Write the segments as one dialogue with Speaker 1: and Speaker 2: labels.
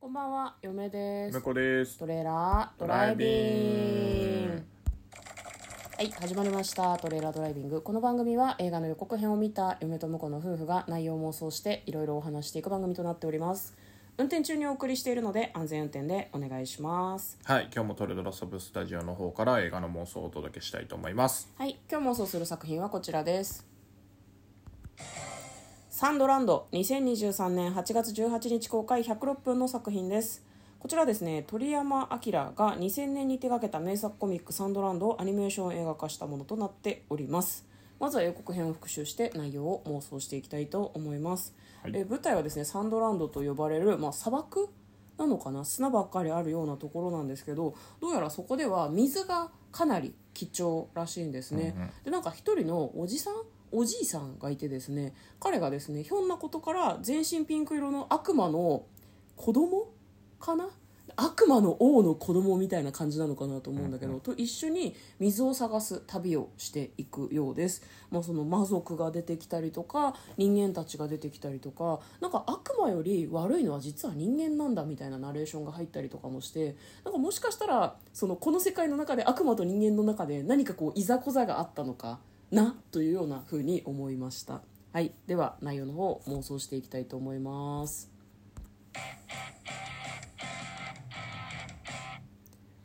Speaker 1: こんばんは、嫁です
Speaker 2: 向。こうです
Speaker 1: トレーラードライビング。はい、始まりました。トレーラードライビング。この番組は映画の予告編を見た嫁と婿の夫婦が内容を妄想していろいろお話していく番組となっております。運転中にお送りしているので安全運転でお願いします。
Speaker 2: はい今日もトレドラサブスタジオの方から映画の妄想をお届けしたいと思います
Speaker 1: はい、今日妄想する作品はこちらです。サンドランド2023年8月18日公開106分の作品です。こちらですね、鳥山明が2000年に手掛けた名作コミックサンドランドをアニメーション映画化したものとなっております。まずは予告編を復習して内容を妄想していきたいと思います。
Speaker 2: はい
Speaker 1: え舞台はですね、サンドランドと呼ばれる、まあ、砂漠なのかな砂ばっかりあるようなところなんですけどどうやらそこでは水がかなり貴重らしいんですね、でなんか一人のおじさんおじいさんがいてですね彼がですねひょんなことから全身ピンク色の悪魔の子供かな悪魔の王の子供みたいな感じなのかなと思うんだけど、と一緒に水を探す旅をしていくようです、まあ、その魔族が出てきたりとか人間たちが出てきたりとかなんか悪魔より悪いのは実は人間なんだみたいなナレーションが入ったりとかもしてなんかもしかしたらそのこの世界の中で悪魔と人間の中で何かこういざこざがあったのかなというような風に思いました。はい、では内容の方妄想していきたいと思います。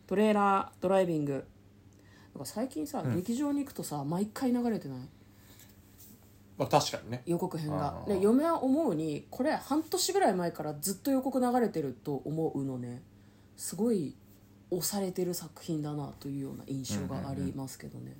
Speaker 1: トレーラードライビングなんか最近さ、劇場に行くとさ毎回流れてない
Speaker 2: まあ確かにね
Speaker 1: 予告編が
Speaker 2: あー
Speaker 1: で嫁は思うにこれ半年ぐらい前からずっと予告流れてると思うのねすごい押されてる作品だなというような印象がありますけどね、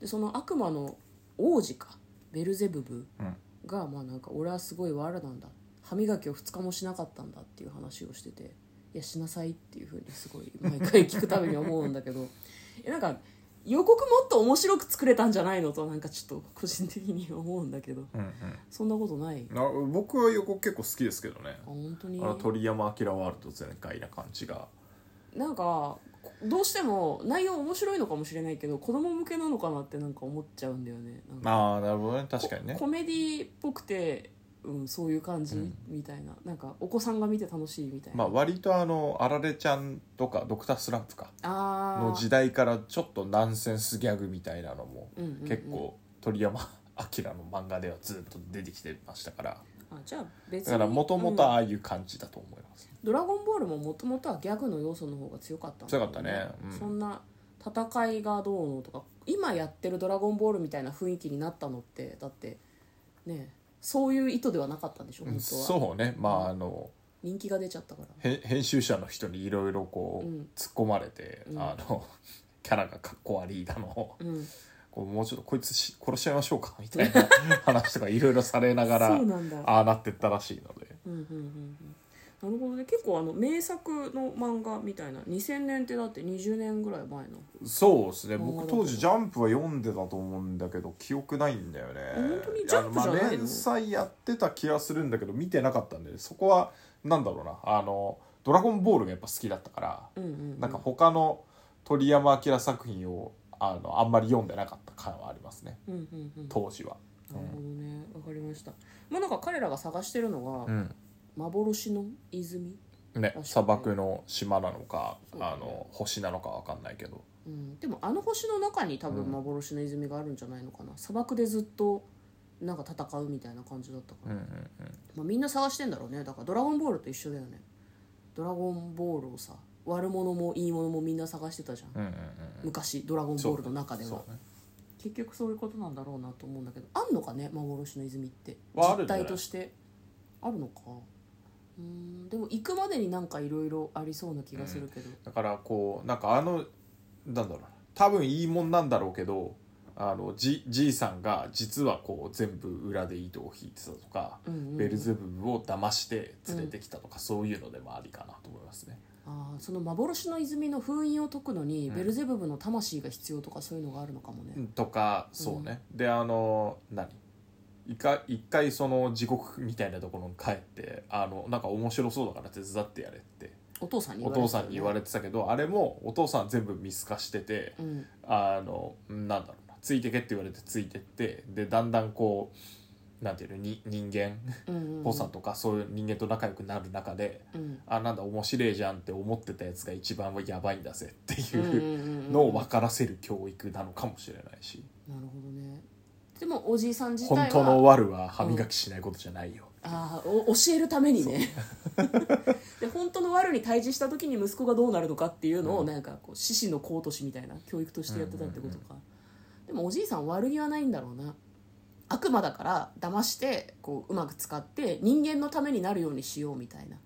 Speaker 1: でその悪魔の王子かベルゼブブ
Speaker 2: うん
Speaker 1: がまあなんか俺はすごいワルなんだ歯磨きを2日もしなかったんだっていう話をしてていやしなさいっていうふうにすごい毎回聞くたびに思うんだけど いやなんか予告もっと面白く作れたんじゃないのとなんかちょっと個人的に思うんだけど
Speaker 2: うんうん
Speaker 1: そんなことない
Speaker 2: な僕は予告結構好きですけどね
Speaker 1: あ本当に
Speaker 2: あの鳥山明ワールド全開な感じが
Speaker 1: なんかこどうしても内容面白いのかもしれないけど子供向けなのかなってなんか思っちゃうんだよねなんか
Speaker 2: ああなるほどね確かにね
Speaker 1: ココメディっぽくて、うん、そういう感じ、
Speaker 2: うん
Speaker 1: みたいななんかお子さんが見て楽しいみたい
Speaker 2: ま
Speaker 1: な、
Speaker 2: あ割とあのあられちゃんとかドクタースランプか
Speaker 1: あー
Speaker 2: の時代からちょっとナンセンスギャグみたいなのも
Speaker 1: うんうんうん
Speaker 2: 結構鳥山明の漫画ではずっと出てきてましたから
Speaker 1: あじゃあ別
Speaker 2: だ
Speaker 1: に
Speaker 2: からもともと
Speaker 1: うん
Speaker 2: ああいう感じだと思います、
Speaker 1: ドラゴンボールももともとはギャグの要素の方が強かったんだろう
Speaker 2: 強かったねうん
Speaker 1: そんな戦いがどうのとか今やってる「ドラゴンボール」みたいな雰囲気になったのってだってねそういう意図ではなかったんでしょ本当は、
Speaker 2: そうねまああの
Speaker 1: 人気が出ちゃったから
Speaker 2: へん編集者の人にいろいろこう、
Speaker 1: うん
Speaker 2: 突っ込まれて、
Speaker 1: うん
Speaker 2: あの キャラがかっこ悪いだの
Speaker 1: うん
Speaker 2: こうもうちょっとこいつし殺しちゃいましょうかみたいな 話とかいろいろされながら
Speaker 1: そうなんだ
Speaker 2: ああなってったらしいので
Speaker 1: うんうんうんうんなるほどね結構あの名作の漫画みたいな2000年ってだって20年ぐらい前の
Speaker 2: そうですね
Speaker 1: なるほど
Speaker 2: 僕当時「ジャンプ」は読んでたと思うんだけど記憶ないんだよね
Speaker 1: 本当にジャンプじゃないの
Speaker 2: あまあ連載やってた気がするんだけど見てなかったんでそこはなんだろうなあの「ドラゴンボール」がやっぱ好きだったから
Speaker 1: うんうん、うん、
Speaker 2: なんか他の鳥山明作品をあのあんまり読んでなかった感はありますね
Speaker 1: うんうんうん
Speaker 2: 当時は、
Speaker 1: なるほどねわかりましたまあなんか彼らが探してるのが、
Speaker 2: ん
Speaker 1: 幻の泉、
Speaker 2: ね
Speaker 1: か、に
Speaker 2: 砂漠の島なのか
Speaker 1: そうだね
Speaker 2: あの星なのかわかんないけど
Speaker 1: うん、でもあの星の中に多分
Speaker 2: うん
Speaker 1: 幻の泉があるんじゃないのかな、砂漠でずっとなんか戦うみたいな感じだったから、まあ、みんな探してんだろうねだから「ドラゴンボール」と一緒だよね「ドラゴンボール」をさ悪者もいい者もみんな探してたじゃん、
Speaker 2: うんうん
Speaker 1: 昔「ドラゴンボール」の中では、
Speaker 2: そうね
Speaker 1: 結局そういうことなんだろうなと思うんだけどあんのかね幻の泉って
Speaker 2: はある
Speaker 1: 実
Speaker 2: んじゃない
Speaker 1: 態としてあるのかうーんでも行くまでになんかいろいろありそうな気がするけど、
Speaker 2: だからこうなんかあのなんだろうな多分いいもんなんだろうけどあのじじいさんが実はこう全部裏で糸を引いてたとか、
Speaker 1: うんうんうん
Speaker 2: ベルゼブブを騙して連れてきたとか、そういうのでもありかなと思いますね。
Speaker 1: あーその幻の泉の封印を解くのに、
Speaker 2: うん
Speaker 1: ベルゼブブの魂が必要とかそういうのがあるのかもね、
Speaker 2: とかそうね、であの何一回一回その地獄みたいなところに帰ってあのなんか面白そうだから手伝ってやれって
Speaker 1: お父さんに
Speaker 2: お
Speaker 1: 言われてた
Speaker 2: 父
Speaker 1: よ
Speaker 2: さん
Speaker 1: ね
Speaker 2: に言われてたけどあれもお父さん全部見透かしてて
Speaker 1: うん
Speaker 2: あのなんだろうなついてけって言われてついてってでだんだんこうなんていうのに人間
Speaker 1: うんうんうん
Speaker 2: っぽさとかそういう人間と仲良くなる中で、
Speaker 1: うん
Speaker 2: あなんだ面白いじゃんって思ってたやつが一番はやばいんだぜって
Speaker 1: うんうんう
Speaker 2: いうん
Speaker 1: うん
Speaker 2: のを分からせる教育なのかもしれないし
Speaker 1: なるほどねでもおじいさん自体は
Speaker 2: 本当の悪は歯磨きしないことじゃないよ、
Speaker 1: あーお教えるためにねで本当の悪に対峙した時に息子がどうなるのかっていうのを、
Speaker 2: うん
Speaker 1: なんかこう獅子の子落としみたいな教育としてやってたってことか、でもおじいさん悪気はないんだろうな悪魔だから騙してこううまく使って人間のためになるようにしようみたいな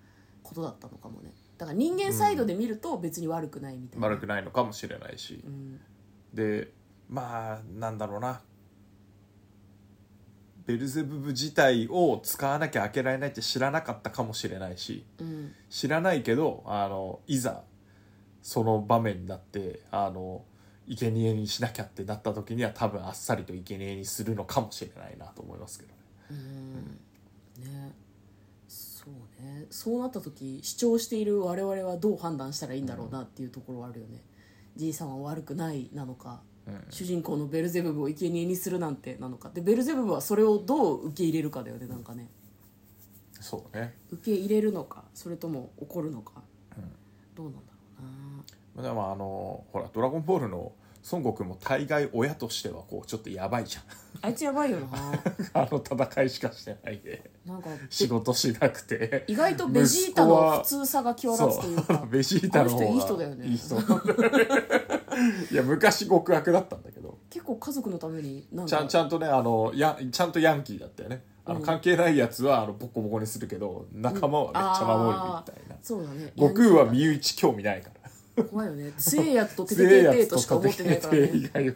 Speaker 1: ことだったのかもねだから人間サイドで見ると別に悪くないみたいな、
Speaker 2: 悪くないのかもしれないし
Speaker 1: う、ん
Speaker 2: でまあなんだろうなベルゼブブ自体を使わなきゃ開けられないって知らなかったかもしれないし
Speaker 1: うん
Speaker 2: 知らないけどあのいざその場面になってあの生贄にしなきゃってなった時には多分あっさりと生贄にするのかもしれないなと思いますけどね
Speaker 1: うんねそうねそうなった時主張している我々はどう判断したらいいんだろうなっていうところはあるよね、じいさんは悪くないなのか、
Speaker 2: うん
Speaker 1: 主人公のベルゼブブを生贄にするなんてなのかでベルゼブブはそれをどう受け入れるかだよねなんかね
Speaker 2: そうね
Speaker 1: 受け入れるのかそれとも怒るのか、
Speaker 2: うん
Speaker 1: どうなんだろうな
Speaker 2: でもあのほら「ドラゴンボール」の孫悟空も大概親としてはこうちょっとやばいじゃん
Speaker 1: あいつやばいよな
Speaker 2: あの戦いしかしてないで
Speaker 1: なんか
Speaker 2: 仕事しなくて
Speaker 1: 意外とベジータの普通さが際立つという
Speaker 2: そ
Speaker 1: か
Speaker 2: うベジータの方が
Speaker 1: あの人いい人だよね
Speaker 2: いい人いや昔極悪だったんだけど
Speaker 1: 結構家族のためになん
Speaker 2: ちゃん
Speaker 1: か
Speaker 2: ちゃんとねあのやちゃんとヤンキーだったよねあの
Speaker 1: うん
Speaker 2: 関係ないやつはあのボコボコにするけど仲間はめっちゃ
Speaker 1: あ
Speaker 2: 守るみたいな、
Speaker 1: そうだね
Speaker 2: 悟空は身内興味ないから
Speaker 1: 怖いよね強えやつとテテ
Speaker 2: 強い
Speaker 1: テ
Speaker 2: や
Speaker 1: テ
Speaker 2: つ
Speaker 1: としか
Speaker 2: と
Speaker 1: 思っ
Speaker 2: 戦
Speaker 1: てないから
Speaker 2: えて
Speaker 1: ね
Speaker 2: 以外は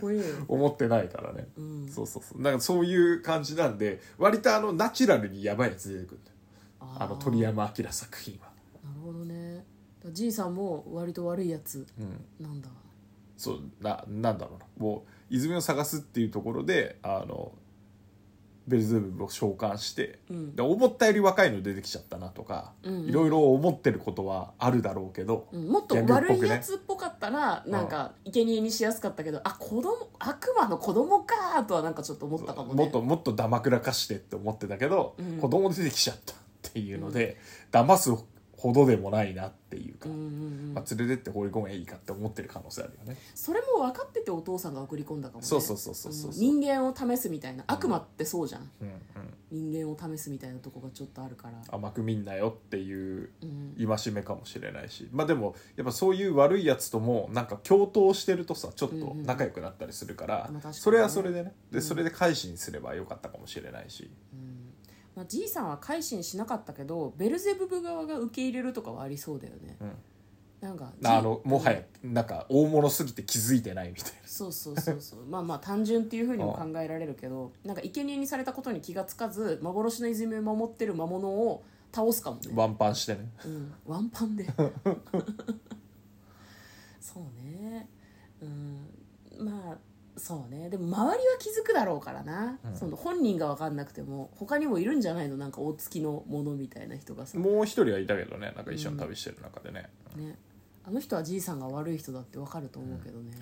Speaker 1: 怖い よ
Speaker 2: 思ってないからね、
Speaker 1: うん
Speaker 2: そうそうそうだからそういう感じなんで割とあのナチュラルにやばいやつ出てくるんだよ
Speaker 1: あー
Speaker 2: あの鳥山明作品は、
Speaker 1: なるほどねだからじいさんも割と悪いやつ
Speaker 2: うん、
Speaker 1: なんだ
Speaker 2: そうななんだろうなもう泉を探すっていうところであのベルゼブブを召喚して、
Speaker 1: うん
Speaker 2: で思ったより若いの出てきちゃったなとか、
Speaker 1: うんうん
Speaker 2: いろいろ思ってることはあるだろうけど、
Speaker 1: うんもっと
Speaker 2: ギャングっぽく
Speaker 1: 悪
Speaker 2: ね
Speaker 1: いやつっぽかったらなんか生贄にしやすかったけどあ子供悪魔の子供かーとはなんかちょっと思ったかもね
Speaker 2: もっともっとだまくらかしてって思ってたけど、
Speaker 1: うん
Speaker 2: 子供出てきちゃったっていうので、騙すほどでもないなっていうか、
Speaker 1: うんうんう
Speaker 2: ま
Speaker 1: ん
Speaker 2: あ、連れてって放り込めばいいかって思ってる可能性あるよね。
Speaker 1: それも分かっててお父さんが送り込んだかもね
Speaker 2: そうそうそうそうそううんそう。
Speaker 1: 人間を試すみたいな悪魔ってそうじゃん
Speaker 2: うんうん、
Speaker 1: 人間を試すみたいなとこがちょっとあるから
Speaker 2: 甘く見んなよっていう
Speaker 1: うん
Speaker 2: 戒めかもしれないしまあでもやっぱそういう悪いやつともなんか共闘してるとさちょっと仲良くなったりするから、
Speaker 1: うんうんまあ確かにね
Speaker 2: それはそれでね
Speaker 1: う
Speaker 2: で
Speaker 1: ん
Speaker 2: それで改心すればよかったかもしれないし、
Speaker 1: うんまあ、じいさんは改心しなかったけどベルゼブブ側が受け入れるとかはありそうだよね
Speaker 2: うん
Speaker 1: なんか
Speaker 2: あのもはやなんか大物すぎて気づいてないみたいな。
Speaker 1: そうそうそうそうまあまあ単純っていうふうにも考えられるけどなんか生贄にされたことに気がつかず幻の泉を守ってる魔物を倒すかもね
Speaker 2: ワンパンしてね
Speaker 1: うん、ワンパンでそうねうんまあそうねでも周りは気づくだろうからな、
Speaker 2: うん
Speaker 1: その本人が分かんなくても他にもいるんじゃないのなんか大月のものみたいな人がさ、
Speaker 2: もう一人はいたけどねなんか一緒に旅してる中でね、
Speaker 1: ね、あの人はじいさんが悪い人だって分かると思うけどね、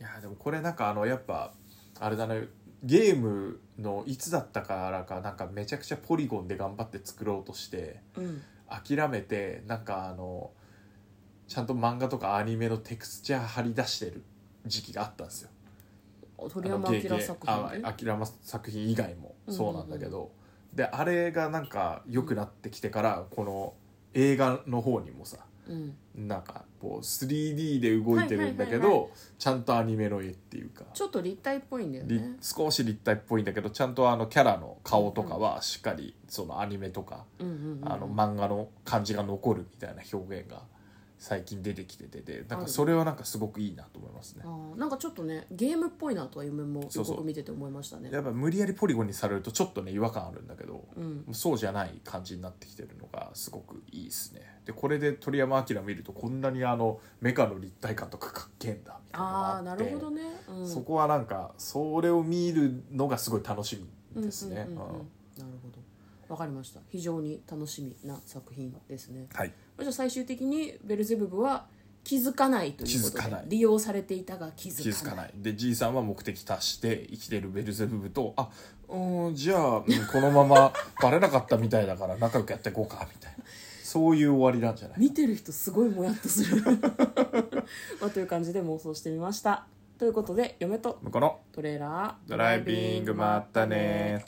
Speaker 2: いやでもこれなんかあのやっぱあれだねゲームのいつだったからかなんかめちゃくちゃポリゴンで頑張って作ろうとして
Speaker 1: うん
Speaker 2: 諦めてなんかあのちゃんと漫画とかアニメのテクスチャー張り出してる時期があったんですよ
Speaker 1: 鳥山明作
Speaker 2: あの
Speaker 1: 品ね
Speaker 2: あ秋山作品以外もそうなんだけど、
Speaker 1: う
Speaker 2: であれがなんか良くなってきてからこの映画の方にもさ
Speaker 1: うん、
Speaker 2: なんかこう 3D で動いてるんだけど、
Speaker 1: はいはいはい
Speaker 2: ちゃんとアニメの絵っていうか、
Speaker 1: ちょっと立体っぽいんだよ
Speaker 2: り
Speaker 1: ね、
Speaker 2: 少し立体っぽいんだけどちゃんとあのキャラの顔とかはしっかりそのアニメとか、
Speaker 1: うんうんうん、
Speaker 2: あの漫画の感じが残るみたいな表現が最近出てきててでなんかそれはなんかすごくいいなと思いますね
Speaker 1: あ。ーなんかちょっとねゲームっぽいなとは夢も
Speaker 2: そ
Speaker 1: 予
Speaker 2: うそう
Speaker 1: 告見てて思いましたね
Speaker 2: やっぱ無理やりポリゴンにされるとちょっとね違和感あるんだけど、
Speaker 1: うん
Speaker 2: そうじゃない感じになってきてるのがすごくいいですねでこれで鳥山明見るとこんなにあのメカの立体感とかかっけえんだみたいなのが
Speaker 1: ああ
Speaker 2: あ
Speaker 1: な
Speaker 2: って
Speaker 1: るほどね、うん、
Speaker 2: そこはなんかそれを見るのがすごい楽しみですね。
Speaker 1: うんうんうんうん
Speaker 2: うん
Speaker 1: なるほどわかりました非常に楽しみな作品ですね
Speaker 2: はい
Speaker 1: じゃあ最終的にベルゼブブは気づかないということ
Speaker 2: 気づかな
Speaker 1: で
Speaker 2: い
Speaker 1: 利用されていたが気づか
Speaker 2: 気
Speaker 1: ない
Speaker 2: づかないでじいさんは目的達して生きてるベルゼブブとあうーんじゃあ、うんこのま まバレなかったみたいだから仲良くやっていこうかみたいなそういう終わりなんじゃない
Speaker 1: 見てる人すごいもやっとする、 まあ、という感じで妄想してみましたということで嫁と
Speaker 2: 向こうの
Speaker 1: トレーラー
Speaker 2: ドライビングまったね